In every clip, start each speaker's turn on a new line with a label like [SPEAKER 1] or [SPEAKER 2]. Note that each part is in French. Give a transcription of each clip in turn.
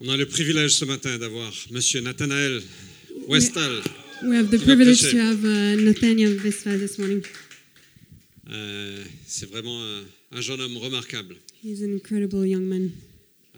[SPEAKER 1] On a le privilège ce matin d'avoir Monsieur Nathanael Westall.
[SPEAKER 2] We have the
[SPEAKER 1] Qui va
[SPEAKER 2] privilege
[SPEAKER 1] prêcher.
[SPEAKER 2] to have uh, Nathaniel Vesva this morning.
[SPEAKER 1] Euh, c'est vraiment un, un jeune homme remarquable,
[SPEAKER 2] He's an incredible young man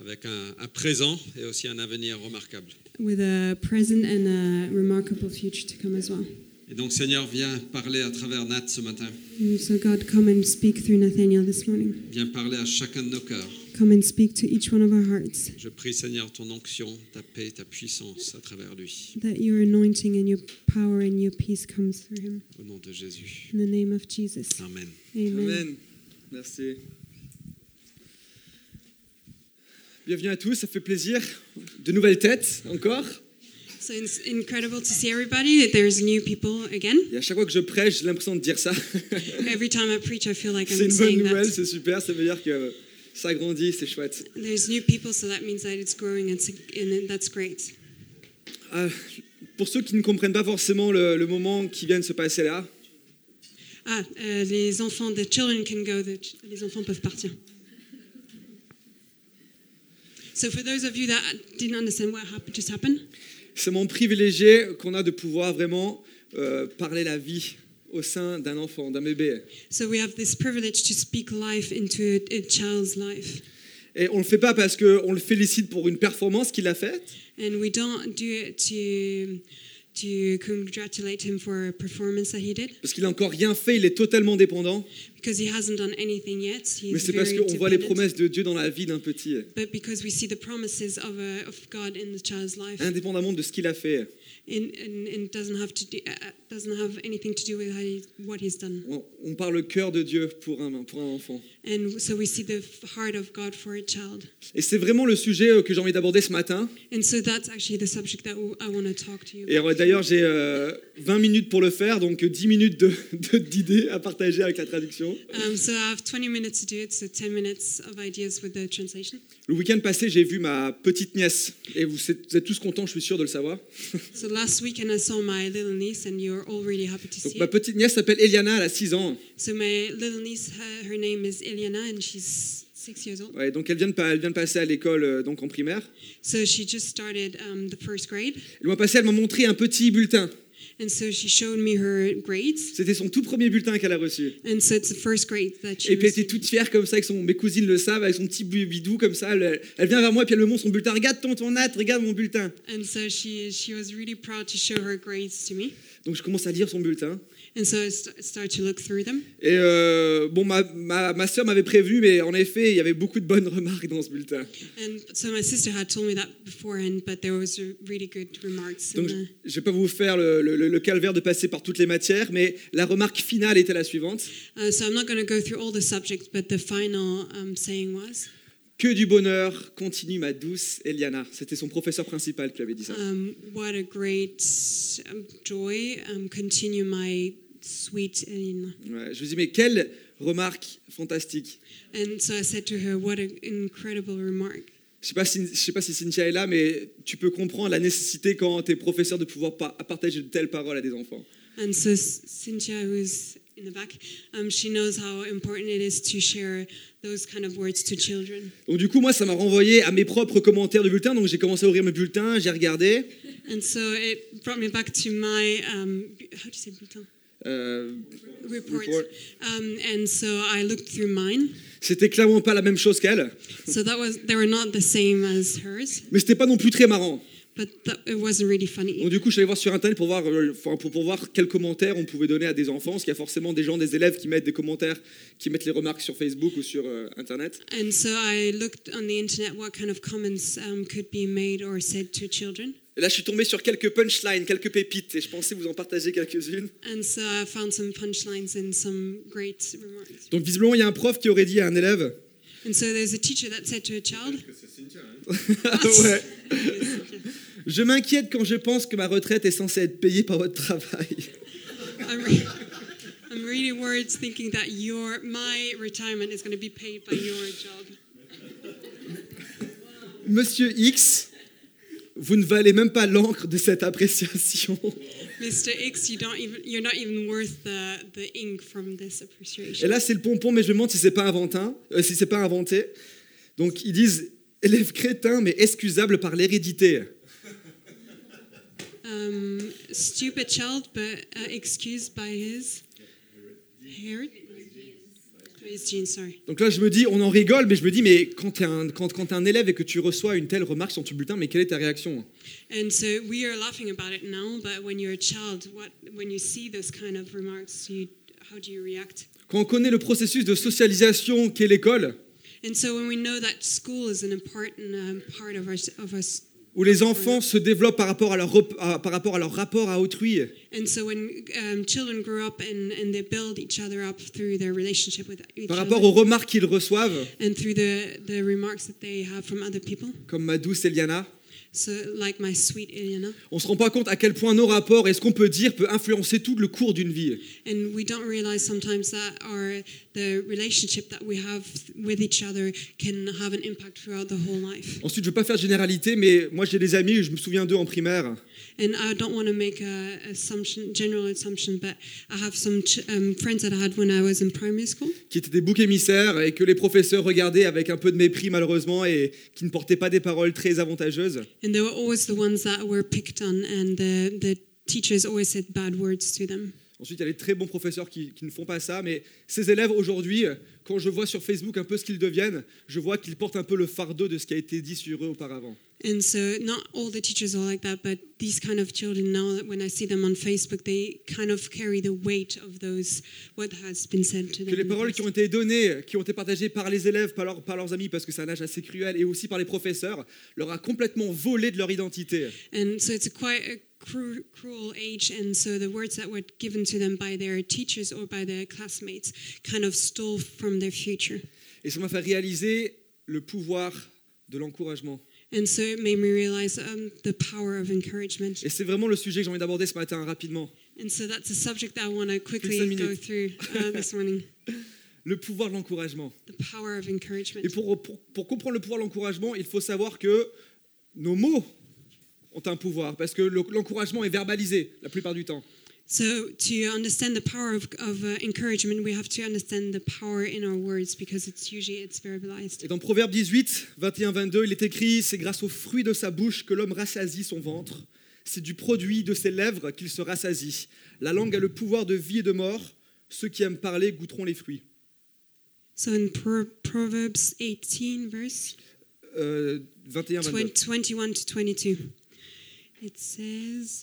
[SPEAKER 1] avec un, un présent et aussi un avenir remarquable.
[SPEAKER 2] with a present and a remarkable future to come as well.
[SPEAKER 1] Et donc, Seigneur, viens parler à travers Nat ce matin.
[SPEAKER 2] And so, God, come and speak through Nathaniel this morning.
[SPEAKER 1] Viens parler à chacun de nos cœurs.
[SPEAKER 2] Come and speak to each one of our hearts
[SPEAKER 1] Je prie, Seigneur, ton onction, ta paix, ta puissance à travers lui.
[SPEAKER 2] that your anointing and your power and your peace comes through him.
[SPEAKER 1] Au nom de Jésus.
[SPEAKER 2] In the name of Jesus.
[SPEAKER 1] Amen.
[SPEAKER 2] Amen.
[SPEAKER 3] Amen. Merci. Bienvenue à tous, ça fait plaisir. De nouvelles têtes encore.
[SPEAKER 2] So it's incredible to see everybody. There's new people again.
[SPEAKER 3] Et à chaque fois que je prêche, j'ai l'impression de dire ça.
[SPEAKER 2] Every time I preach, I feel like
[SPEAKER 3] C'est une bonne nouvelle, c'est super, ça veut dire que ça grandit, c'est chouette.
[SPEAKER 2] There's new people, so that means that it's growing, and, and that's great.
[SPEAKER 3] Ah, pour ceux qui ne comprennent pas forcément le, le moment qui vient de se passer là,
[SPEAKER 2] Ah, euh, les enfants, the children can go, the ch- les enfants peuvent partir. So for those of you that didn't understand what hap- just happened,
[SPEAKER 3] c'est mon privilégié qu'on a de pouvoir vraiment euh, parler la vie au sein d'un enfant, d'un bébé.
[SPEAKER 2] so we have this privilege to speak life into a, a child's life.
[SPEAKER 3] Et on ne le fait pas parce qu'on le félicite pour une performance qu'il a faite,
[SPEAKER 2] And we don't do it to, to congratulate him for a performance that he did,
[SPEAKER 3] parce qu'il n'a encore rien fait, il est totalement dépendant.
[SPEAKER 2] because he hasn't done anything yet. He's
[SPEAKER 3] Mais c'est
[SPEAKER 2] very
[SPEAKER 3] parce qu'on voit les
[SPEAKER 2] dependent.
[SPEAKER 3] promesses de Dieu dans la vie d'un petit, euh,
[SPEAKER 2] But because we see the promises of, a, of God in the child's life, and,
[SPEAKER 3] indépendamment de ce qu'il a fait.
[SPEAKER 2] and, and it doesn't have to do, uh, uh, doesn't have anything to do with how he, what he's done.
[SPEAKER 3] On, on parle le cœur de Dieu pour un, pour un enfant.
[SPEAKER 2] And so we see the f- heart of God for a child.
[SPEAKER 3] Et c'est vraiment le sujet euh, que j'ai envie d'aborder ce matin.
[SPEAKER 2] And so that's actually the subject that w- I want to talk to you
[SPEAKER 3] Et
[SPEAKER 2] about.
[SPEAKER 3] euh, d'ailleurs, j'ai euh, 20 minutes pour le faire, donc euh, 10 minutes de- de- d'idées à partager avec la traduction.
[SPEAKER 2] Um, so I have 20 minutes to do it, so 10 minutes of ideas with the translation.
[SPEAKER 3] Le week-end passé, j'ai vu ma petite nièce. Et vous, êtes- vous êtes tous contents, je suis sûr de le savoir.
[SPEAKER 2] So last weekend I saw my little niece, and you're all really happy to
[SPEAKER 3] Donc,
[SPEAKER 2] see
[SPEAKER 3] ma
[SPEAKER 2] it.
[SPEAKER 3] petite nièce s'appelle Eliana, elle a 6 ans.
[SPEAKER 2] So my little niece, her, her name is Eliana, and she's six years old.
[SPEAKER 3] Ouais, donc, elle vient, de, pa- elle vient de passer à l'école euh, donc en primaire.
[SPEAKER 2] So she just started um, the first grade,
[SPEAKER 3] Le mois passé, elle m'a montré un petit bulletin.
[SPEAKER 2] and so she showed me her grades.
[SPEAKER 3] C'était son tout premier bulletin qu'elle a reçu.
[SPEAKER 2] And so it's the first grade that she
[SPEAKER 3] Et puis elle
[SPEAKER 2] received.
[SPEAKER 3] était toute fière comme ça, avec son, mes cousines le savent, avec son petit bou- bidou comme ça. Elle, elle vient vers moi, puis elle me montre son bulletin. Regarde tonton Nat, regarde mon bulletin.
[SPEAKER 2] And so she, she was really proud to show her grades to me.
[SPEAKER 3] Donc je commence à lire son bulletin.
[SPEAKER 2] And so I st- started to look through them.
[SPEAKER 3] Et euh, bon, ma, ma, ma soeur m'avait prévenu, mais en effet, il y avait beaucoup de bonnes remarques dans ce bulletin.
[SPEAKER 2] And so my sister had told me that beforehand, but there was a really good remarks. in
[SPEAKER 3] Donc je
[SPEAKER 2] there.
[SPEAKER 3] ne vais pas vous faire le, le- le calvaire de passer par toutes les matières, mais la remarque finale était la suivante.
[SPEAKER 2] Uh, so I'm not going to go through all the subjects, but the final um, saying was,
[SPEAKER 3] Que du bonheur, continue ma douce Eliana. C'était son professeur principal qui lui avait dit ça.
[SPEAKER 2] um, "What a great um, joy! Um, continue my sweet." In.
[SPEAKER 3] Ouais, je lui dis, mais quelle remarque fantastique.
[SPEAKER 2] And so I said to her, "What an incredible remark!"
[SPEAKER 3] Je sais pas si, je sais pas si Cynthia est là, mais tu peux comprendre la nécessité quand t'es professeur de pouvoir pa- partager de telles paroles à des enfants.
[SPEAKER 2] And so S- Cynthia, who's in the back, um, she knows how important it is to share those kind of words to children.
[SPEAKER 3] Donc du coup, moi, ça m'a renvoyé à mes propres commentaires de bulletin. Donc j'ai commencé à ouvrir mes bulletins, j'ai regardé.
[SPEAKER 2] And so it brought me back to my um, how do you say bulletin?
[SPEAKER 3] Euh,
[SPEAKER 2] reports.
[SPEAKER 3] Report.
[SPEAKER 2] Um, and so I looked through mine.
[SPEAKER 3] c'était clairement pas la même chose qu'elle,
[SPEAKER 2] So that was they were not the same as hers,
[SPEAKER 3] mais c'était pas non plus très marrant.
[SPEAKER 2] but that, it wasn't really funny.
[SPEAKER 3] Donc du coup, je suis allé voir sur internet pour voir, euh, enfin, pour, pour voir quels commentaires on pouvait donner à des enfants, parce qu'il y a forcément des gens, des élèves qui mettent des commentaires, qui mettent les remarques sur Facebook ou sur euh, internet.
[SPEAKER 2] And so I looked on the internet what kind of comments um, could be made or said to children.
[SPEAKER 3] Et là, je suis tombé sur quelques punchlines, quelques pépites, et je pensais vous en partager quelques-unes.
[SPEAKER 2] And so I found some punchlines and some great remarks.
[SPEAKER 3] Donc visiblement, il y a un prof qui aurait dit à un élève.
[SPEAKER 2] And so there's a teacher that said to a child,
[SPEAKER 3] ouais. Je m'inquiète quand je pense que ma retraite est censée être payée par votre travail.
[SPEAKER 2] I'm, re- I'm really worried thinking that your my retirement is going to be paid by your job.
[SPEAKER 3] Monsieur X, vous ne valez même pas l'encre de cette appréciation.
[SPEAKER 2] Mr. X, you don't even you're not even worth the the ink from this
[SPEAKER 3] Et
[SPEAKER 2] appreciation.
[SPEAKER 3] hein. là, c'est le pompon, mais je me demande si c'est pas inventin, euh, si c'est pas inventé. Donc ils disent Élève crétin, mais excusable par l'hérédité.
[SPEAKER 2] Um, stupid child, but uh, excused by his hair. By his jeans, sorry.
[SPEAKER 3] Donc là, je me dis, on en rigole, mais je me dis, mais quand t'es un, quand, quand t'es un élève et que tu reçois une telle remarque sur ton bulletin, mais quelle est ta réaction
[SPEAKER 2] And so we are laughing about it now, but when you're a child, what when you see those kind of remarks, you how do you react?
[SPEAKER 3] Quand on connaît le processus de socialisation qu'est l'école,
[SPEAKER 2] And so when we know that school is an important um, part of us, of us,
[SPEAKER 3] où les enfants se développent par rapport à leur, rep- à- par rapport à leur rapport à autrui,
[SPEAKER 2] and so when um, children grow up and, and they build each other up through their relationship with each
[SPEAKER 3] par
[SPEAKER 2] other
[SPEAKER 3] rapport aux remarques qu'ils reçoivent,
[SPEAKER 2] and through the, the remarks that they have from other people,
[SPEAKER 3] comme ma douce Eliana,
[SPEAKER 2] so like my sweet Eliana,
[SPEAKER 3] on se rend pas compte à quel point nos rapports et ce qu'on peut dire peut influencer tout le cours d'une vie.
[SPEAKER 2] and we don't realize sometimes that our the relationship that we have with each other can have an impact throughout the whole life.
[SPEAKER 3] Ensuite, je veux pas faire de généralité, mais moi j'ai des amis, je me souviens d'eux en primaire.
[SPEAKER 2] And I don't want to make a assumption, general assumption, but I have some ch- um, friends that I had when I was in primary school,
[SPEAKER 3] qui étaient des boucs émissaires et que les professeurs regardaient avec un peu de mépris malheureusement et qui ne portaient pas des paroles très avantageuses.
[SPEAKER 2] and they were always the ones that were picked on, and the the teachers always said bad words to them.
[SPEAKER 3] Ensuite, il y a les très bons professeurs qui, qui ne font pas ça, mais ces élèves aujourd'hui, euh, quand je vois sur Facebook un peu ce qu'ils deviennent, je vois qu'ils portent un peu le fardeau de ce qui a été dit sur eux auparavant.
[SPEAKER 2] And so, not all the teachers are like that, but these kind of children now, when I see them on Facebook, they kind of carry the weight of those what has been said to
[SPEAKER 3] Que
[SPEAKER 2] them.
[SPEAKER 3] les
[SPEAKER 2] in the
[SPEAKER 3] paroles
[SPEAKER 2] past.
[SPEAKER 3] qui ont été données, qui ont été partagées par les élèves, par, leurs- par leurs amis, parce que c'est un âge assez cruel, et aussi par les professeurs, leur a complètement volé de leur identité.
[SPEAKER 2] And so it's a quite a cru- cruel age, and so the words that were given to them by their teachers or by their classmates kind of stole from their future.
[SPEAKER 3] Et ça m'a fait réaliser le pouvoir de l'encouragement.
[SPEAKER 2] And so it made me realize um, the power of encouragement.
[SPEAKER 3] Et c'est vraiment le sujet que j'ai envie d'aborder ce matin rapidement.
[SPEAKER 2] And so that's a subject that I want to
[SPEAKER 3] Cinq
[SPEAKER 2] quickly
[SPEAKER 3] minutes.
[SPEAKER 2] go through uh, this morning
[SPEAKER 3] Le pouvoir de l'encouragement.
[SPEAKER 2] the power of
[SPEAKER 3] Et
[SPEAKER 2] encouragement.
[SPEAKER 3] pour, pour- pour comprendre le pouvoir de l'encouragement, il faut savoir que nos mots ont un pouvoir, parce que le- l'encouragement est verbalisé la plupart du temps.
[SPEAKER 2] So to understand the power of, of uh, encouragement, we have to understand the power in our words because it's usually it's verbalized.
[SPEAKER 3] Et dans Proverbe 18, 21-22, il est écrit, c'est grâce au fruit de sa bouche que l'homme rassasie son ventre, c'est du produit de ses lèvres qu'il se rassasie. La langue a le pouvoir de vie et de mort, ceux qui aiment parler goûteront les fruits.
[SPEAKER 2] So in Pro- Proverbs 18, verse
[SPEAKER 3] Euh, 21-22.
[SPEAKER 2] 20 21 to 22. It says,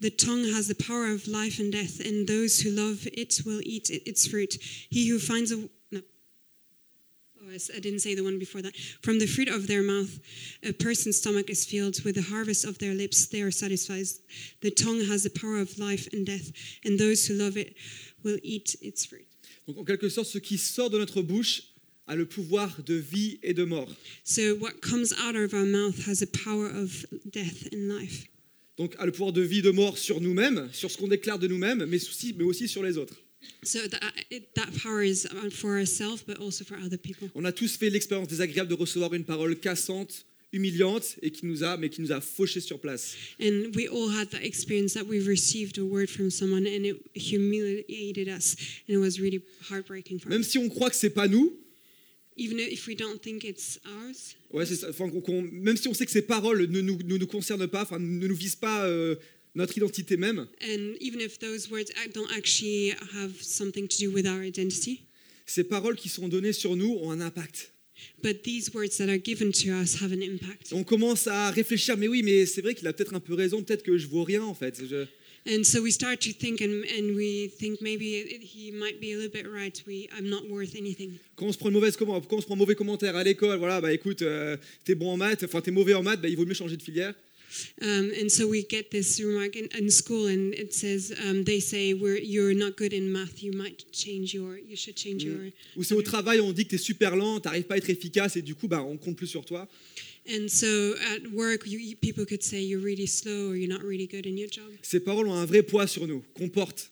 [SPEAKER 2] The tongue has the power of life and death, and those who love it will eat it- its fruit. He who finds a. No. Oh, I s- I didn't say the one before that. From the fruit of their mouth, a person's stomach is filled. With the harvest of their lips, they are satisfied. The tongue has the power of life and death, and those who love it will eat its fruit.
[SPEAKER 3] Donc en quelque sorte, ce qui sort de notre bouche a le pouvoir de vie et de mort.
[SPEAKER 2] So, what comes out of our mouth has a power of death and life.
[SPEAKER 3] donc a le pouvoir de vie, de mort sur nous-mêmes, sur ce qu'on déclare de nous-mêmes, mais aussi, mais aussi sur les autres.
[SPEAKER 2] So that, it, that power is uh, for ourselves, but also for other people.
[SPEAKER 3] On a tous fait l'expérience désagréable de recevoir une parole cassante, humiliante, et qui nous a, mais qui nous a fauchés sur place.
[SPEAKER 2] And we all had that experience that we received a word from someone and it humiliated us, and it was really heartbreaking for
[SPEAKER 3] Même
[SPEAKER 2] us.
[SPEAKER 3] si on croit que c'est pas nous,
[SPEAKER 2] Even if we don't think it's ours,
[SPEAKER 3] ouais, c'est ça, enfin, qu'on- qu'on- même si on sait que ces paroles ne nous, ne nous concernent pas, enfin, ne nous visent pas euh, notre identité même,
[SPEAKER 2] and even if those words ac- don't actually have something to do with our identity,
[SPEAKER 3] ces paroles qui sont données sur nous ont un impact.
[SPEAKER 2] but these words that are given to us have an impact.
[SPEAKER 3] Et on commence à réfléchir, mais oui, mais c'est vrai qu'il a peut-être un peu raison, peut-être que je vaux rien en fait. Je-
[SPEAKER 2] And so we start to think, and, and we think maybe it, he might be a little bit right. We, I'm not worth anything.
[SPEAKER 3] Quand on se prend une mauvaise comment- quand on se prend un mauvais commentaire à l'école, voilà, bah écoute, euh, t'es bon en maths, enfin t'es mauvais en maths, bah, il vaut mieux changer de filière.
[SPEAKER 2] Um, and so we get this remark in, in school, and it says um, they say We're, you're not good in math. You might change your. You should change your.
[SPEAKER 3] Ou c'est au travail, on dit que t'es super lent, t'arrives pas à être efficace, et du coup, bah on compte plus sur toi.
[SPEAKER 2] And so at work, you, you- people could say you're really slow or you're not really good in your job.
[SPEAKER 3] Ces paroles ont un vrai poids sur nous, qu'on porte.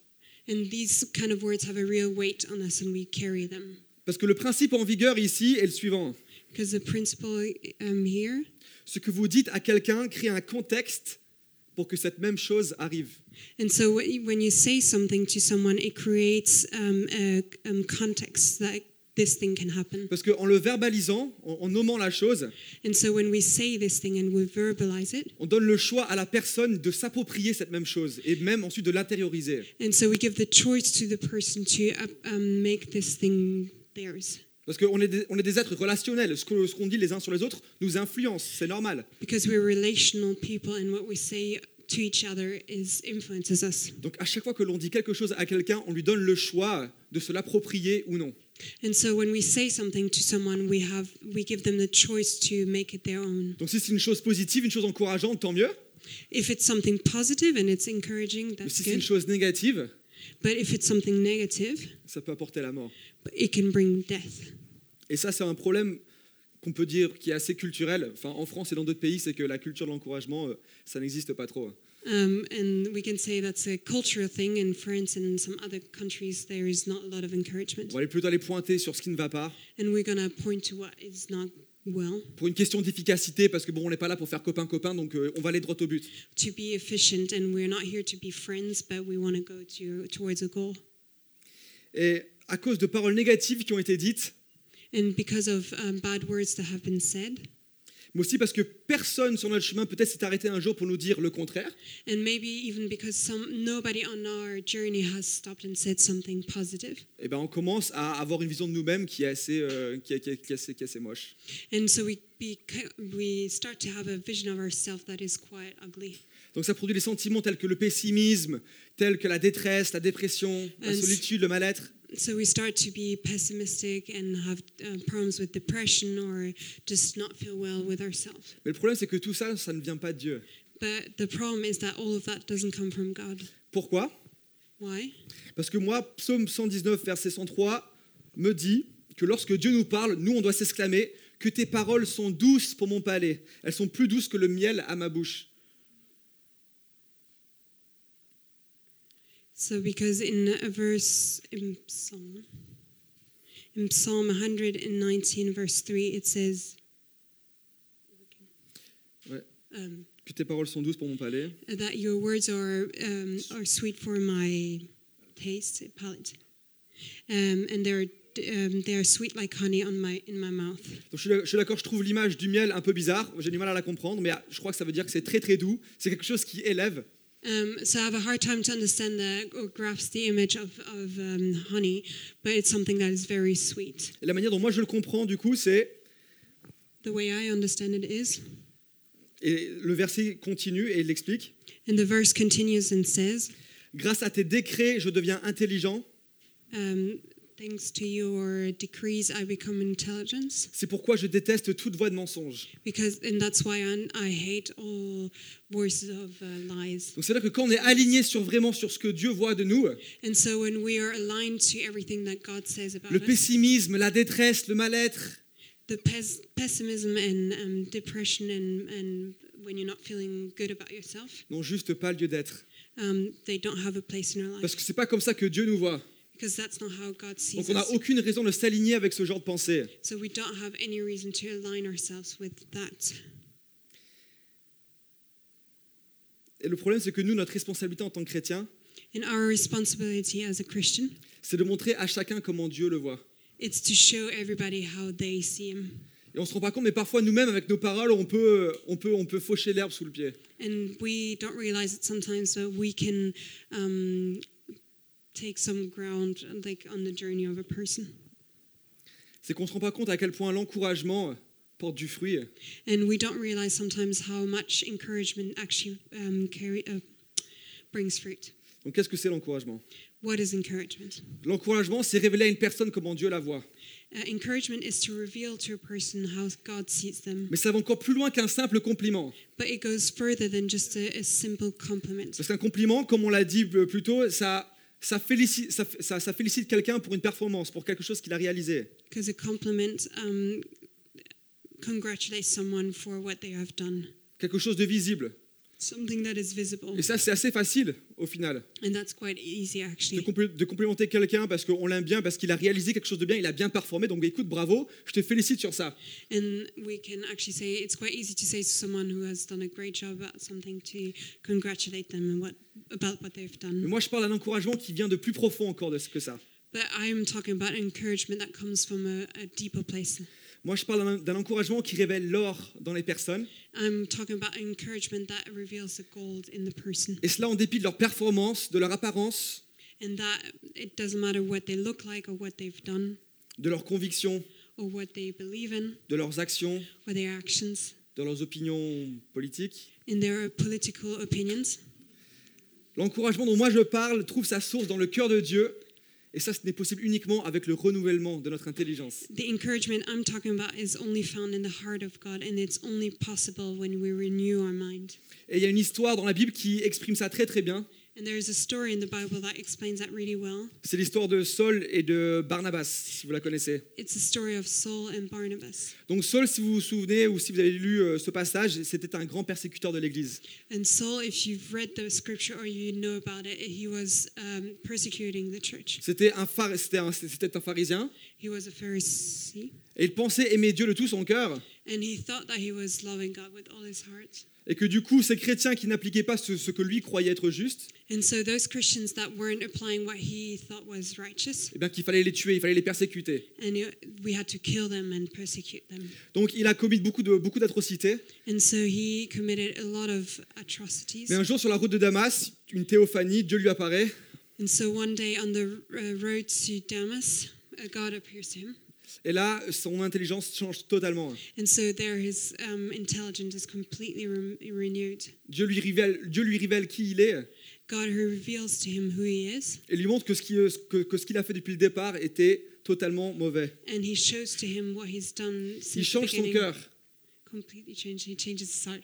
[SPEAKER 2] And these kind of words have a real weight on us, and we carry them
[SPEAKER 3] Parce que le principe en vigueur ici est le suivant
[SPEAKER 2] because the principle um, here
[SPEAKER 3] ce que vous dites à quelqu'un crée un contexte pour que cette même chose arrive.
[SPEAKER 2] And so when you- when you say something to someone, it creates um, a um, context that this thing can happen.
[SPEAKER 3] Parce qu'en le verbalisant, en, en nommant la chose,
[SPEAKER 2] And so when we say this thing and we verbalize it,
[SPEAKER 3] on donne le choix à la personne de s'approprier cette même chose et même ensuite de l'intérioriser.
[SPEAKER 2] and so we give the choice to the person to uh, um, make this thing theirs.
[SPEAKER 3] Parce qu'on est, des- on est des êtres relationnels. Ce que- ce qu'on dit les uns sur les autres nous influence, c'est normal.
[SPEAKER 2] Because we're relational people and what we say to each other is influences us.
[SPEAKER 3] Donc à chaque fois que l'on dit quelque chose à quelqu'un, on lui donne le choix de se l'approprier ou non.
[SPEAKER 2] And so when we say something to someone, we have we give them the choice to make it their own.
[SPEAKER 3] Donc si c'est une chose positive, une chose encourageante, tant mieux.
[SPEAKER 2] If it's something positive and it's encouraging,
[SPEAKER 3] Mais
[SPEAKER 2] that's
[SPEAKER 3] si c'est une
[SPEAKER 2] good.
[SPEAKER 3] chose négative,
[SPEAKER 2] But if it's something negative,
[SPEAKER 3] ça peut apporter la mort.
[SPEAKER 2] it can bring death.
[SPEAKER 3] Et ça, c'est un problème qu'on peut dire qui est assez culturel. Enfin, en France et dans d'autres pays, c'est que la culture de l'encouragement, euh, ça n'existe pas trop. hein.
[SPEAKER 2] Um, and we can say that's a cultural thing in France and in some other countries. There is not a lot of encouragement,
[SPEAKER 3] On va aller plutôt aller pointer sur ce qui ne va pas,
[SPEAKER 2] and we're gonna point to what is not well
[SPEAKER 3] pour une question d'efficacité, parce que bon, on n'est pas là pour faire copain-copain, donc euh, on va aller droit au but.
[SPEAKER 2] to be efficient, and we're not here to be friends, but we want to go to towards a goal.
[SPEAKER 3] Et à cause de paroles négatives qui ont été dites,
[SPEAKER 2] And because of um, bad words that have been said,
[SPEAKER 3] mais aussi parce que personne sur notre chemin peut-être s'est arrêté un jour pour nous dire le contraire,
[SPEAKER 2] and maybe even because some nobody on our journey has stopped and said something positive,
[SPEAKER 3] eh ben on commence à avoir une vision de nous-mêmes qui est assez, euh, qui est- qui est- qui est assez- qui est assez moche.
[SPEAKER 2] and so we beca- we start to have a vision of ourselves that is quite ugly.
[SPEAKER 3] Donc ça produit des sentiments tels que le pessimisme, tels que la détresse, la dépression, la
[SPEAKER 2] Euh,
[SPEAKER 3] solitude, le mal-être.
[SPEAKER 2] so we start to be pessimistic and have uh, problems with depression or just not feel well with ourselves.
[SPEAKER 3] Mais le problème, c'est que tout ça, ça ne vient pas de Dieu.
[SPEAKER 2] But the problem is that all of that doesn't come from God.
[SPEAKER 3] Pourquoi
[SPEAKER 2] Why?
[SPEAKER 3] Parce que moi, psaume 119, verset 103, me dit que lorsque Dieu nous parle, nous, on doit s'exclamer que tes paroles sont douces pour mon palais. Elles sont plus douces que le miel à ma bouche.
[SPEAKER 2] So because in a verse in Psalm in Psalm 119 verse 3 it says
[SPEAKER 3] Ouais.
[SPEAKER 2] um,
[SPEAKER 3] Que tes paroles sont douces pour mon palais.
[SPEAKER 2] that your words are um, are sweet for my taste palate um, and they're um, they are sweet like honey on my in my mouth.
[SPEAKER 3] Donc, je suis- je suis d'accord, je trouve l'image du miel un peu bizarre. J'ai du mal à la comprendre, mais ah, je crois que ça veut dire que c'est très très doux. C'est quelque chose qui élève.
[SPEAKER 2] Um, so I have a hard time to understand the or grasp the image of, of um, honey, but it's something that is very sweet.
[SPEAKER 3] Et la manière dont moi je le comprends, du coup, c'est.
[SPEAKER 2] The way I understand it is,
[SPEAKER 3] Et le verset continue et il l'explique.
[SPEAKER 2] and the verse continues and says,
[SPEAKER 3] Grâce à tes décrets, je deviens intelligent.
[SPEAKER 2] um, "Thanks to your decrees, I become intelligence."
[SPEAKER 3] C'est pourquoi je déteste toute voix de mensonge.
[SPEAKER 2] Because, and that's why I, I hate all voices of uh, lies.
[SPEAKER 3] Donc c'est là que quand on est aligné sur vraiment sur ce que Dieu voit de nous,
[SPEAKER 2] And so, when we are aligned to everything that God says about
[SPEAKER 3] le
[SPEAKER 2] us,
[SPEAKER 3] pessimisme, la détresse, le mal-être,
[SPEAKER 2] the pes- pessimism and um, depression, and, and when you're not feeling good about yourself.
[SPEAKER 3] n'ont juste pas lieu d'être.
[SPEAKER 2] um, they don't have a place in our life
[SPEAKER 3] Parce que c'est pas comme ça que Dieu nous voit.
[SPEAKER 2] because that's not how God
[SPEAKER 3] Donc
[SPEAKER 2] sees
[SPEAKER 3] on n'a
[SPEAKER 2] us.
[SPEAKER 3] aucune raison de s'aligner avec ce genre de pensée.
[SPEAKER 2] So we don't have any reason to align ourselves with that.
[SPEAKER 3] Et le problème, c'est que nous, notre responsabilité en tant que chrétiens,
[SPEAKER 2] And our responsibility as a Christian,
[SPEAKER 3] c'est de montrer à chacun comment Dieu le voit.
[SPEAKER 2] it's to show everybody how they see Him.
[SPEAKER 3] Et on se rend pas compte, mais parfois nous-mêmes, avec nos paroles, on peut, euh, on peut, on peut faucher l'herbe sous le pied.
[SPEAKER 2] And we don't realize it sometimes, but we can um, take some ground like on the journey of a person.
[SPEAKER 3] C'est qu'on se rend pas compte à quel point l'encouragement euh, porte du fruit.
[SPEAKER 2] And we don't realize sometimes how much encouragement actually um, carry, uh, brings fruit.
[SPEAKER 3] Donc qu'est-ce que c'est l'encouragement
[SPEAKER 2] What is encouragement?
[SPEAKER 3] L'encouragement, c'est révéler à une personne comment Dieu la voit.
[SPEAKER 2] Uh, encouragement is to reveal to a person how God sees them,
[SPEAKER 3] Mais ça va encore plus loin qu'un simple compliment.
[SPEAKER 2] but it goes further than just a, a simple compliment.
[SPEAKER 3] Parce qu'un compliment, comme on l'a dit euh, plus tôt, ça, ça félici- ça- ça- ça félicite, quelqu'un pour une performance, pour quelque chose qu'il a réalisé.
[SPEAKER 2] Because a compliment um, congratulates someone for what they have done,
[SPEAKER 3] Quelque chose de visible.
[SPEAKER 2] something that is visible,
[SPEAKER 3] Et ça, c'est assez facile, au final,
[SPEAKER 2] and that's quite easy
[SPEAKER 3] de,
[SPEAKER 2] actually.
[SPEAKER 3] complé- de complimenter quelqu'un parce qu'on l'aime bien, parce qu'il a réalisé quelque chose de bien, il a bien performé. Donc, écoute, bravo, je te félicite sur ça.
[SPEAKER 2] And we can actually say it's quite easy to say to someone who has done a great job about something to congratulate them and what about what they've
[SPEAKER 3] Mais
[SPEAKER 2] done.
[SPEAKER 3] moi, je parle d'un encouragement qui vient de plus profond encore de ce que ça.
[SPEAKER 2] But I am talking about encouragement that comes from a, a deeper place.
[SPEAKER 3] Moi, je parle d'un- d'un encouragement qui révèle l'or dans les personnes,
[SPEAKER 2] I'm talking about encouragement that reveals the gold in the person,
[SPEAKER 3] et cela en dépit de leur performance, de leur apparence,
[SPEAKER 2] and that it doesn't matter what they look like or what they've done
[SPEAKER 3] de leurs convictions,
[SPEAKER 2] or what they believe in
[SPEAKER 3] de leurs actions,
[SPEAKER 2] or their actions
[SPEAKER 3] de leurs opinions politiques.
[SPEAKER 2] in their political opinions.
[SPEAKER 3] L'encouragement dont moi je parle trouve sa source dans le cœur de Dieu, et ça, ce n'est possible uniquement avec le renouvellement de notre intelligence.
[SPEAKER 2] The encouragement I'm talking about is only found in the heart of God, and it's only possible when we renew our mind.
[SPEAKER 3] Et il y a une histoire dans la Bible qui exprime ça très très bien.
[SPEAKER 2] And there is a story in the Bible that explains that really well.
[SPEAKER 3] C'est l'histoire de Saul et de Barnabas, si vous la connaissez.
[SPEAKER 2] It's the story of Saul and Barnabas.
[SPEAKER 3] Donc Saul, si vous vous souvenez ou si vous avez lu euh, ce passage, c'était un grand persécuteur de l'Église.
[SPEAKER 2] And Saul, if you've read the scripture or you know about it, he was um, persecuting the church.
[SPEAKER 3] C'était un, phar- c'était un- c'était un pharisien,
[SPEAKER 2] He was a Pharisee,
[SPEAKER 3] et il pensait aimer Dieu de tout son cœur,
[SPEAKER 2] and he thought that he was loving God with all his heart.
[SPEAKER 3] et que du coup, ces chrétiens qui n'appliquaient pas ce, ce que lui croyait être juste,
[SPEAKER 2] And so those Christians that weren't applying what he thought was righteous,
[SPEAKER 3] eh bien qu'il fallait les tuer, il fallait les persécuter.
[SPEAKER 2] and it- we had to kill them and persecute them.
[SPEAKER 3] Donc il a commis beaucoup de- beaucoup d'atrocités,
[SPEAKER 2] And so he committed a lot of atrocities.
[SPEAKER 3] mais un jour, sur la route de Damas, une théophanie, Dieu lui apparaît,
[SPEAKER 2] And so one day on the uh, road to Damas, uh, God appears to him.
[SPEAKER 3] et là, son intelligence change totalement.
[SPEAKER 2] And so there his um, intelligence is completely re- renewed.
[SPEAKER 3] Dieu lui révèle, Dieu lui révèle qui il est,
[SPEAKER 2] God who reveals to him who he is,
[SPEAKER 3] et lui montre que ce qui- euh, que- que ce qu'il a fait depuis le départ était totalement mauvais.
[SPEAKER 2] and he shows to him what he's done since
[SPEAKER 3] Il change
[SPEAKER 2] the
[SPEAKER 3] son
[SPEAKER 2] beginning.
[SPEAKER 3] cœur.
[SPEAKER 2] Completely changed. He changes his heart.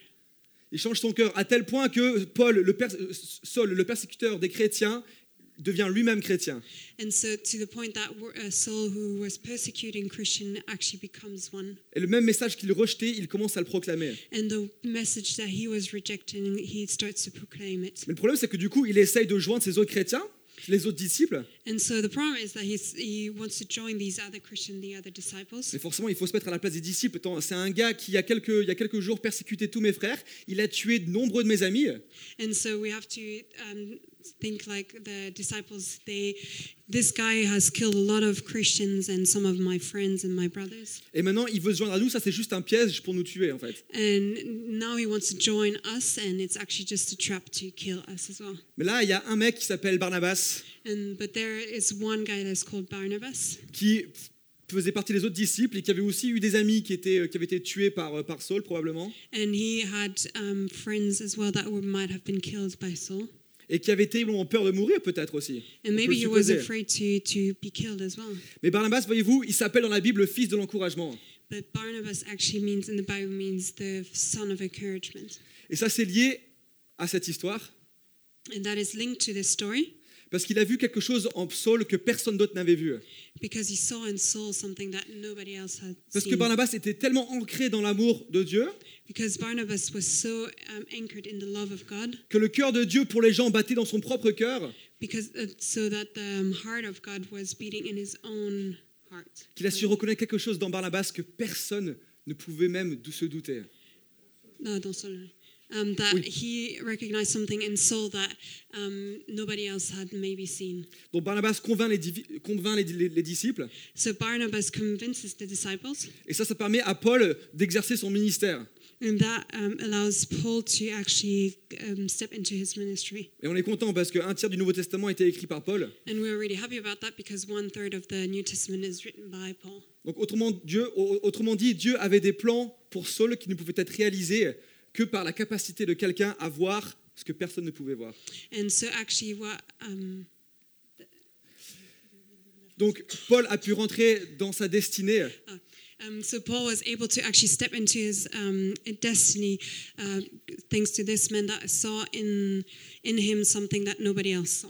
[SPEAKER 3] Il change son cœur à tel point que Paul, le pers- euh, Saul, le persécuteur des chrétiens, devient lui-même chrétien.
[SPEAKER 2] And so to the point that uh, Saul, who was persecuting Christian, actually becomes one.
[SPEAKER 3] Et le même message qu'il rejetait, il commence à le proclamer.
[SPEAKER 2] And the message that he was rejecting, he starts to proclaim it.
[SPEAKER 3] Mais le problème, c'est que du coup, il essaye de joindre ses autres chrétiens, les autres disciples,
[SPEAKER 2] And so the problem is that he's, he wants to join these other Christian, the other disciples.
[SPEAKER 3] mais forcément, il faut se mettre à la place des disciples. Attends, C'est un gars qui, il y, a quelques, il y a quelques jours, persécutait tous mes frères, il a tué de nombreux de mes amis,
[SPEAKER 2] And so we have to um, think like the disciples. They, this guy has killed a lot of Christians and some of my friends and my brothers,
[SPEAKER 3] et maintenant, il veut se joindre à nous, ça c'est juste un piège pour nous tuer, en fait.
[SPEAKER 2] and now he wants to join us, and it's actually just a trap to kill us as well.
[SPEAKER 3] Mais là, il y a un mec qui s'appelle Barnabas,
[SPEAKER 2] And but there is one guy that's called Barnabas,
[SPEAKER 3] qui faisait partie des autres disciples et qui avait aussi eu des amis qui, étaient, euh, qui avaient été tués par, par Saul, probablement.
[SPEAKER 2] and he had um, friends as well that were, might have been killed by Saul,
[SPEAKER 3] et qui avait terriblement peur de mourir peut-être aussi.
[SPEAKER 2] and
[SPEAKER 3] On peut le
[SPEAKER 2] maybe he was
[SPEAKER 3] supposer.
[SPEAKER 2] afraid to to be killed as well.
[SPEAKER 3] Mais Barnabas, voyez-vous, il s'appelle dans la Bible le fils de l'encouragement.
[SPEAKER 2] But Barnabas actually means in the Bible means the son of encouragement,
[SPEAKER 3] Et ça, c'est lié à cette histoire,
[SPEAKER 2] and that is linked to this story.
[SPEAKER 3] parce qu'il a vu quelque chose en Saul que personne d'autre n'avait vu.
[SPEAKER 2] Because he saw in Saul something that nobody else had
[SPEAKER 3] Parce que
[SPEAKER 2] seen.
[SPEAKER 3] Barnabas était tellement ancré dans l'amour de Dieu
[SPEAKER 2] because Barnabas was so um, anchored in the love of God,
[SPEAKER 3] que le cœur de Dieu pour les gens battait dans son propre cœur,
[SPEAKER 2] because uh, so that the um, heart of God was beating in his own heart.
[SPEAKER 3] qu'il a su reconnaître quelque chose dans Barnabas que personne ne pouvait même de se douter.
[SPEAKER 2] No, don't Saul. Um, that
[SPEAKER 3] Oui.
[SPEAKER 2] he recognized something in Saul that um, nobody else had maybe seen.
[SPEAKER 3] Donc Barnabas convainc les, divi- convainc les- les- les disciples,
[SPEAKER 2] So Barnabas convinces the disciples,
[SPEAKER 3] et ça, ça permet à Paul d'exercer son ministère.
[SPEAKER 2] and that um, allows Paul to actually um, step into his ministry.
[SPEAKER 3] Et on est content parce qu'un tiers du Nouveau Testament était écrit par Paul.
[SPEAKER 2] And we're really happy about that because one third of the New Testament is written by Paul.
[SPEAKER 3] Donc autrement, Dieu, au- autrement dit, Dieu avait des plans pour Saul qui ne pouvaient être réalisés que par la capacité de quelqu'un à voir ce que personne ne pouvait voir.
[SPEAKER 2] And so actually what um,
[SPEAKER 3] Donc Paul a pu rentrer dans sa destinée
[SPEAKER 2] oh, um, so Paul was able to actually step into his um, destiny uh, thanks to this man that saw in in him something that nobody else saw.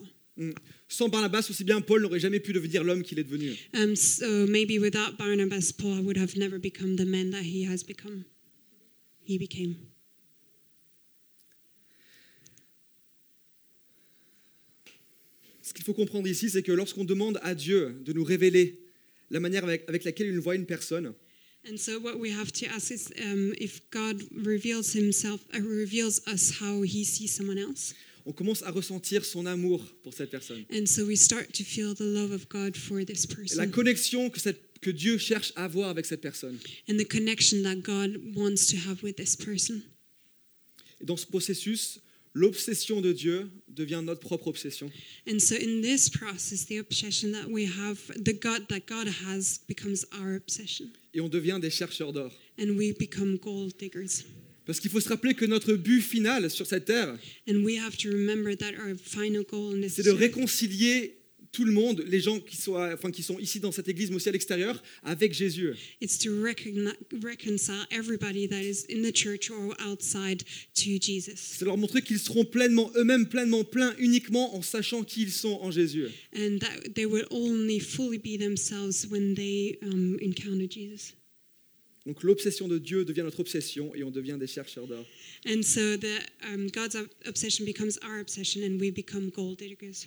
[SPEAKER 3] sans Barnabas aussi bien Paul n'aurait jamais pu devenir l'homme qu'il est devenu.
[SPEAKER 2] Um, so maybe without Barnabas, Paul would have never become the man that he has become. He became.
[SPEAKER 3] Ce qu'il faut comprendre ici, c'est que lorsqu'on demande à Dieu de nous révéler la manière avec, avec laquelle il voit une personne,
[SPEAKER 2] And so what we have to ask is um, if God reveals himself, uh, reveals us how he sees someone else.
[SPEAKER 3] on commence à ressentir son amour pour cette personne.
[SPEAKER 2] And so we start to feel the love of God for this
[SPEAKER 3] Et la
[SPEAKER 2] person
[SPEAKER 3] connexion que, cette- que Dieu cherche à avoir avec cette personne.
[SPEAKER 2] and the connection that God wants to have with this person.
[SPEAKER 3] Et dans ce processus, l'obsession de Dieu devient notre propre obsession.
[SPEAKER 2] And so in this process, the obsession that we have, the God that God has, becomes our obsession.
[SPEAKER 3] Et on devient des chercheurs d'or.
[SPEAKER 2] And we become gold diggers.
[SPEAKER 3] Parce qu'il faut se rappeler que notre but final sur cette terre,
[SPEAKER 2] And we have to remember that our final goal in this
[SPEAKER 3] c'est de réconcilier tout le monde, les gens qui sont, à- enfin, qui sont ici dans cette église, mais aussi à l'extérieur, avec Jésus.
[SPEAKER 2] It's to recogni- reconcile everybody that is in the church or outside to Jesus,
[SPEAKER 3] C'est leur montrer qu'ils seront pleinement eux-mêmes, pleinement pleins, uniquement en sachant qui ils sont en Jésus.
[SPEAKER 2] and that they will only fully be themselves when they um, encounter Jesus.
[SPEAKER 3] Donc l'obsession de Dieu devient notre obsession et on devient des chercheurs d'or.
[SPEAKER 2] And so the um, God's ob- obsession becomes our obsession, and we become gold diggers.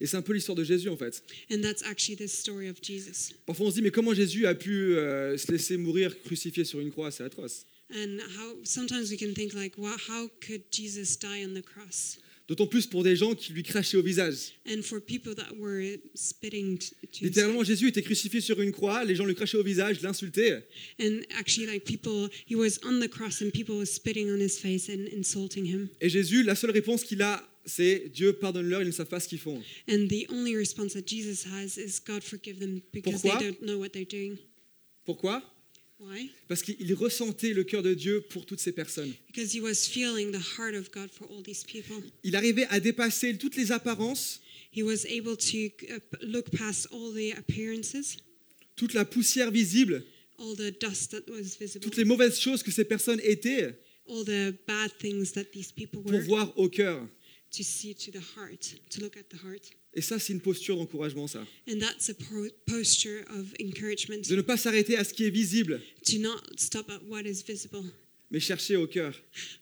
[SPEAKER 3] Et c'est un peu l'histoire de Jésus en fait.
[SPEAKER 2] And that's actually the story of Jesus.
[SPEAKER 3] Parfois on se dit mais comment Jésus a pu euh, se laisser mourir crucifié sur une croix, c'est atroce.
[SPEAKER 2] And how sometimes we can think like, wow, how could Jesus die on the cross?
[SPEAKER 3] D'autant plus pour des gens qui lui crachaient au visage.
[SPEAKER 2] And for people that were spitting t- to his
[SPEAKER 3] Littéralement Jésus était crucifié sur une croix, les gens lui crachaient au visage, l'insultaient.
[SPEAKER 2] And actually, like people, he was on the cross and people were spitting on his face and insulting him.
[SPEAKER 3] Et Jésus, la seule réponse qu'il a, c'est Dieu pardonne-leur, ils ne savent pas ce qu'ils font.
[SPEAKER 2] And the only response that Jesus has is, God forgive them because
[SPEAKER 3] Pourquoi?
[SPEAKER 2] they don't know what they're doing.
[SPEAKER 3] Pourquoi
[SPEAKER 2] Why?
[SPEAKER 3] Parce qu'il ressentait le cœur de Dieu pour toutes ces personnes.
[SPEAKER 2] Because he was feeling the heart of God for all these people.
[SPEAKER 3] Il arrivait à dépasser toutes les apparences,
[SPEAKER 2] He was able to uh, look past all the appearances,
[SPEAKER 3] toute la poussière visible,
[SPEAKER 2] all the dust that was visible,
[SPEAKER 3] toutes les mauvaises choses que ces personnes étaient
[SPEAKER 2] all the bad things that these people
[SPEAKER 3] pour
[SPEAKER 2] were,
[SPEAKER 3] voir au cœur.
[SPEAKER 2] to see to the heart, to look at the heart.
[SPEAKER 3] Et ça, c'est une posture d'encouragement, ça.
[SPEAKER 2] And that's a pro- posture of encouragement
[SPEAKER 3] De ne pas s'arrêter à ce qui est visible,
[SPEAKER 2] to not stop at what is visible.
[SPEAKER 3] mais chercher au cœur.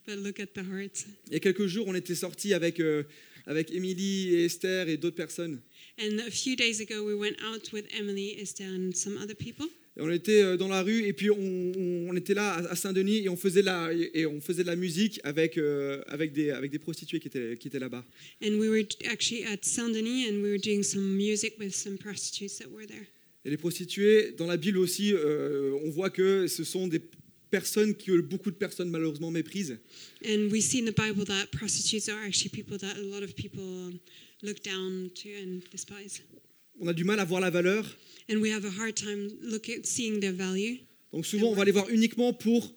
[SPEAKER 2] But look at the heart.
[SPEAKER 3] Il y a quelques jours, on était sortis avec, euh, avec Émilie et Esther et d'autres personnes.
[SPEAKER 2] And a few days ago, we went out with Emily, Esther, and some other people.
[SPEAKER 3] Et on était euh, dans la rue et puis on, on- on était là à à Saint-Denis et on faisait la et on faisait de la musique avec euh, avec des avec des prostituées qui étaient qui étaient là-bas.
[SPEAKER 2] And we were actually at Saint Denis and we were doing some music with some prostitutes that were there.
[SPEAKER 3] Et les prostituées dans la Bible aussi, euh, on voit que ce sont des personnes que beaucoup de personnes malheureusement méprisent.
[SPEAKER 2] And we see in the Bible that prostitutes are actually people that a lot of people um, look down to and despise.
[SPEAKER 3] On a du mal à voir la valeur.
[SPEAKER 2] And we have a hard time looking, seeing their value.
[SPEAKER 3] Donc souvent on va les voir uniquement pour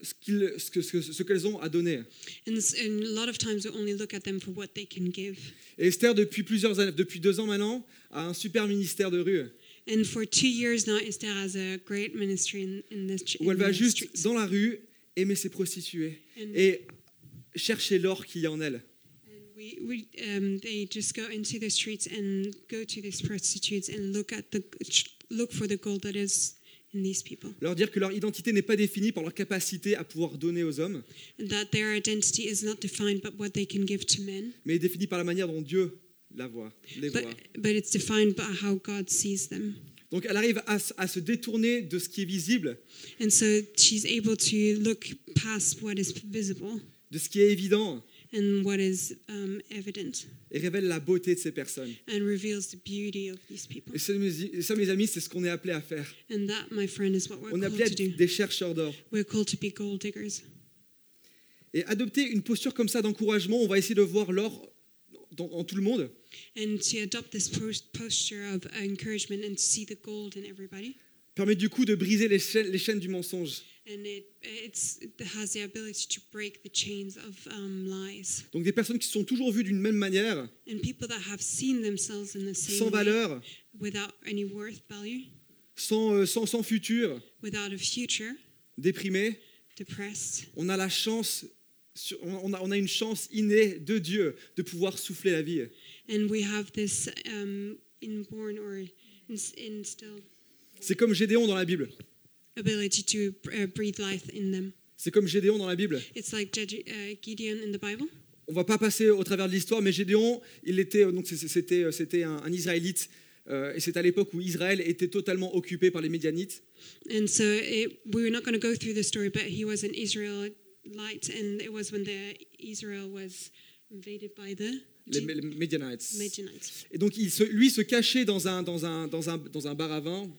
[SPEAKER 3] ce qu'ils ce que- ce que- ce qu'elles ont à donner.
[SPEAKER 2] And, s- and a lot of times we only look at them for what they can give.
[SPEAKER 3] Et Esther depuis plusieurs années, depuis deux ans maintenant, a un super ministère de rue
[SPEAKER 2] And for two years now, Esther has a great ministry in, in this ch-
[SPEAKER 3] où elle
[SPEAKER 2] in
[SPEAKER 3] va
[SPEAKER 2] the
[SPEAKER 3] juste
[SPEAKER 2] streets.
[SPEAKER 3] dans la rue aimer ses prostituées
[SPEAKER 2] And-
[SPEAKER 3] et chercher l'or qu'il y a en elle.
[SPEAKER 2] We, we, um, they just go into the streets and go to these prostitutes and look at the look for the gold that is in these people.
[SPEAKER 3] Leur dire que leur identité n'est pas définie par leur capacité à pouvoir donner aux hommes,
[SPEAKER 2] And that their identity is not defined by what they can give to men,
[SPEAKER 3] mais est définie par la manière dont Dieu la voit, les
[SPEAKER 2] but
[SPEAKER 3] voit.
[SPEAKER 2] but it's defined by how God sees them.
[SPEAKER 3] Donc elle arrive à, s- à se détourner de ce qui est visible,
[SPEAKER 2] And so she's able to look past what is visible
[SPEAKER 3] de ce qui est évident,
[SPEAKER 2] and what is um, evident,
[SPEAKER 3] et révèle la beauté de ces personnes.
[SPEAKER 2] and reveals the beauty of these people.
[SPEAKER 3] Et ça, mes, et ça, mes amis, c'est ce qu'on est appelé à faire.
[SPEAKER 2] And that, my friend, is what we're
[SPEAKER 3] On est
[SPEAKER 2] called
[SPEAKER 3] appelé à
[SPEAKER 2] to
[SPEAKER 3] être
[SPEAKER 2] do.
[SPEAKER 3] des chercheurs d'or.
[SPEAKER 2] We're called to be gold diggers.
[SPEAKER 3] Et adopter une posture comme ça d'encouragement, on va essayer de voir l'or dans- en tout le monde.
[SPEAKER 2] and to adopt this pos- posture of encouragement and to see the gold in everybody.
[SPEAKER 3] Permet du coup de briser les chaînes, les chaînes du mensonge.
[SPEAKER 2] And it, it's, it has the ability to break the chains of um, lies.
[SPEAKER 3] Donc des personnes qui se sont toujours vues d'une même manière,
[SPEAKER 2] And people that have seen themselves in the same
[SPEAKER 3] sans
[SPEAKER 2] way,
[SPEAKER 3] valeur,
[SPEAKER 2] without any worth value,
[SPEAKER 3] sans, euh, sans, sans futur,
[SPEAKER 2] without a future,
[SPEAKER 3] déprimées,
[SPEAKER 2] depressed.
[SPEAKER 3] on a la chance, sur- on a, on a une chance innée de Dieu de pouvoir souffler la vie.
[SPEAKER 2] And we have this um, inborn or ins- instilled
[SPEAKER 3] C'est comme Gédéon dans la Bible.
[SPEAKER 2] ability to uh, breathe life in them.
[SPEAKER 3] C'est comme Gédéon dans la Bible.
[SPEAKER 2] It's like Jed- uh, Gideon in the Bible.
[SPEAKER 3] On va pas passer au travers de l'histoire, mais Gédéon, il était euh, donc c'est- c'est- c'était c'était un, un Israélite. euh, et c'est à l'époque où Israël était totalement occupé par les Médianites.
[SPEAKER 2] And so it, we were not going to go through the story, but he was an Israelite, and it was when the Israel was invaded by the
[SPEAKER 3] les
[SPEAKER 2] G-
[SPEAKER 3] Me- les Midianites.
[SPEAKER 2] Midianites.
[SPEAKER 3] Et donc, il se- lui se cachait dans un, dans, un, dans, un, dans un bar à vin,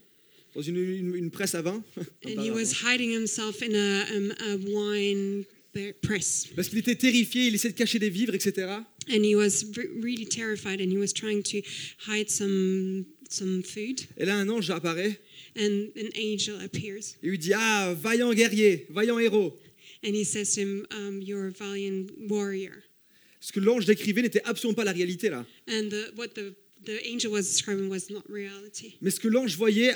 [SPEAKER 3] dans une, une- une presse à vin. Un
[SPEAKER 2] And
[SPEAKER 3] bar
[SPEAKER 2] he
[SPEAKER 3] à vin.
[SPEAKER 2] was hiding himself in a, um, a wine bar- press.
[SPEAKER 3] Parce qu'il était terrifié, il essayait de cacher des vivres, etc.
[SPEAKER 2] And he was re- really terrified and he was trying to hide some, some food.
[SPEAKER 3] Et là, un ange apparaît
[SPEAKER 2] And an angel appears
[SPEAKER 3] et lui dit Ah, vaillant guerrier, vaillant héros.
[SPEAKER 2] and he says to him, um, You're a valiant warrior.
[SPEAKER 3] Ce que l'ange décrivait n'était absolument pas la réalité, là.
[SPEAKER 2] And the, what the, the angel was describing was not reality.
[SPEAKER 3] Mais ce que l'ange voyait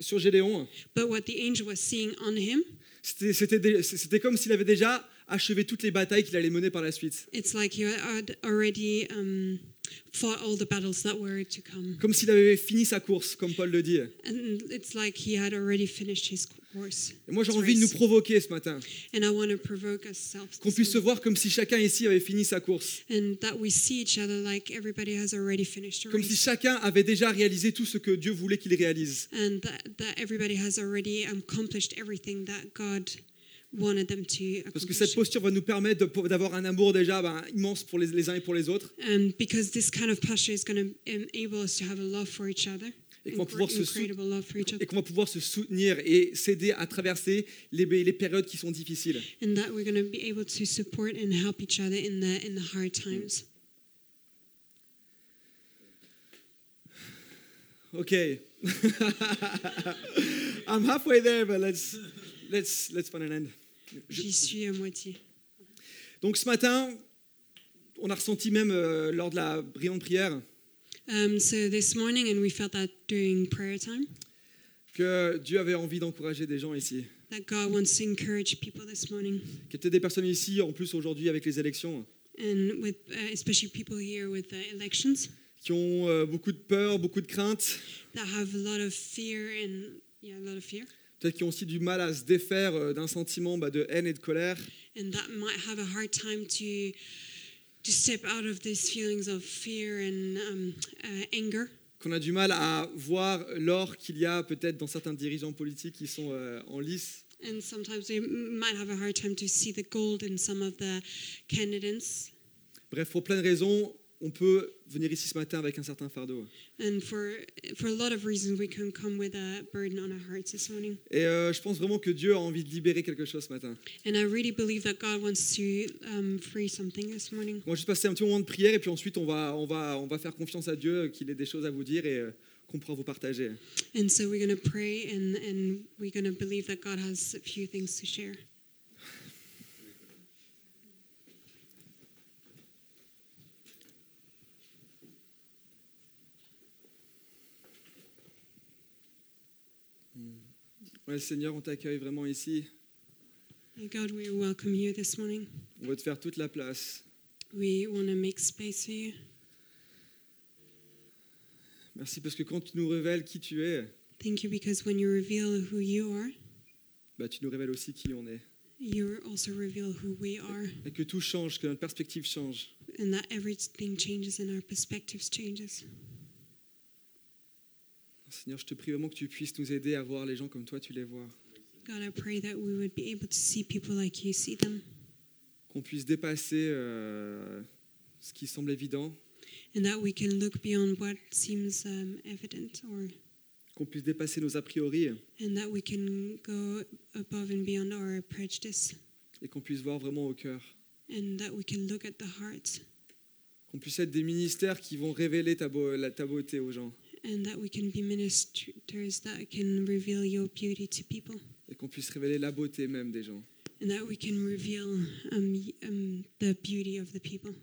[SPEAKER 3] sur Gédéon,
[SPEAKER 2] But what the angel was seeing on him,
[SPEAKER 3] c'était- c'était dé- c'était comme s'il avait déjà achevé toutes les batailles qu'il allait mener par la suite.
[SPEAKER 2] it's like he had already um, fought all the battles that were to come.
[SPEAKER 3] Comme s'il avait fini sa course, comme Paul le dit.
[SPEAKER 2] And it's like he had already finished his course.
[SPEAKER 3] Et moi, j'ai
[SPEAKER 2] his
[SPEAKER 3] envie de nous
[SPEAKER 2] race.
[SPEAKER 3] provoquer ce matin.
[SPEAKER 2] And I want to provoke ourselves.
[SPEAKER 3] Qu'on
[SPEAKER 2] this
[SPEAKER 3] puisse se
[SPEAKER 2] morning.
[SPEAKER 3] voir comme si chacun ici avait fini sa course.
[SPEAKER 2] And that we see each other like everybody has already finished a
[SPEAKER 3] Comme si
[SPEAKER 2] race.
[SPEAKER 3] chacun avait déjà réalisé tout ce que Dieu voulait qu'il réalise.
[SPEAKER 2] And that, that everybody has already um, accomplished everything that God wanted them to
[SPEAKER 3] Parce que
[SPEAKER 2] accomplish.
[SPEAKER 3] cette posture va nous permettre de- d'avoir un amour déjà ben, immense pour les, les uns et pour les autres.
[SPEAKER 2] Um, because this kind of posture is going to enable us to have a love for each other,
[SPEAKER 3] Et qu'on va pouvoir se sou-
[SPEAKER 2] incredible love for each other,
[SPEAKER 3] et qu'on va pouvoir se soutenir et s'aider à traverser les, les périodes qui sont difficiles.
[SPEAKER 2] and that we're going to be able to support and help each other in the in the hard times.
[SPEAKER 3] Ok. I'm halfway there, but let's, let's, let's find an end. Je-
[SPEAKER 2] J'y suis à moitié.
[SPEAKER 3] Donc ce matin, on a ressenti même euh, lors de la brillante prière
[SPEAKER 2] Um, so this morning, and we felt that during prayer time,
[SPEAKER 3] que Dieu avait envie d'encourager des gens ici.
[SPEAKER 2] that God wants to encourage people this morning,
[SPEAKER 3] Il y a peut-être des personnes ici, en plus aujourd'hui avec les élections,
[SPEAKER 2] and with uh, especially people here with the elections
[SPEAKER 3] qui ont euh, beaucoup de peur, beaucoup de craintes,
[SPEAKER 2] that have a lot of fear and yeah, a lot of fear,
[SPEAKER 3] peut-être qui ont aussi du mal à se défaire euh, d'un sentiment bah, de haine et de colère.
[SPEAKER 2] and that might have a hard time to to step out of these feelings of fear and um, uh, anger.
[SPEAKER 3] qu'on a du mal à voir l'or qu'il y a peut-être dans certains dirigeants politiques qui sont euh, en lice.
[SPEAKER 2] And sometimes we m- might have a hard time to see the gold in some of the candidates.
[SPEAKER 3] Bref, pour plein de raisons, on peut venir ici ce matin avec un certain fardeau.
[SPEAKER 2] And for for a lot of reasons, we can come with a burden on our hearts this morning.
[SPEAKER 3] Et euh, je pense vraiment que Dieu a envie de libérer quelque chose ce matin.
[SPEAKER 2] And I really believe that God wants to um, free something this morning.
[SPEAKER 3] On va juste passer un petit moment de prière et puis ensuite on va, on va, on va faire confiance à Dieu euh, qu'il ait des choses à vous dire et euh, qu'on pourra vous partager.
[SPEAKER 2] And so we're going to pray, and and we're going to believe that God has a few things to share.
[SPEAKER 3] Ouais, Seigneur, on t'accueille vraiment ici.
[SPEAKER 2] And God, we welcome you this morning.
[SPEAKER 3] On veut te faire toute la place.
[SPEAKER 2] We want to make space for you.
[SPEAKER 3] Merci parce que quand tu nous révèles qui tu es,
[SPEAKER 2] Thank you because when you reveal who you are,
[SPEAKER 3] bah, tu nous révèles aussi qui on est.
[SPEAKER 2] you also reveal who we are,
[SPEAKER 3] Et que tout change, que notre perspective change.
[SPEAKER 2] and that everything changes and our perspectives changes.
[SPEAKER 3] Seigneur, je te prie vraiment que tu puisses nous aider à voir les gens comme toi tu les vois,
[SPEAKER 2] God, I pray that we would be able to see people like you see them,
[SPEAKER 3] qu'on puisse dépasser euh, ce qui semble évident,
[SPEAKER 2] and that we can look beyond what seems um, evident, or
[SPEAKER 3] qu'on puisse dépasser nos a priori
[SPEAKER 2] and that we can go above and beyond our prejudice,
[SPEAKER 3] et qu'on puisse voir vraiment au cœur,
[SPEAKER 2] and that we can look at the heart,
[SPEAKER 3] qu'on puisse être des ministères qui vont révéler ta, beau- la- ta beauté aux gens
[SPEAKER 2] and that we can be ministers that can reveal your beauty to people,
[SPEAKER 3] et qu'on puisse révéler la beauté même des gens.
[SPEAKER 2] and that we can reveal um, y- um, the beauty of the people.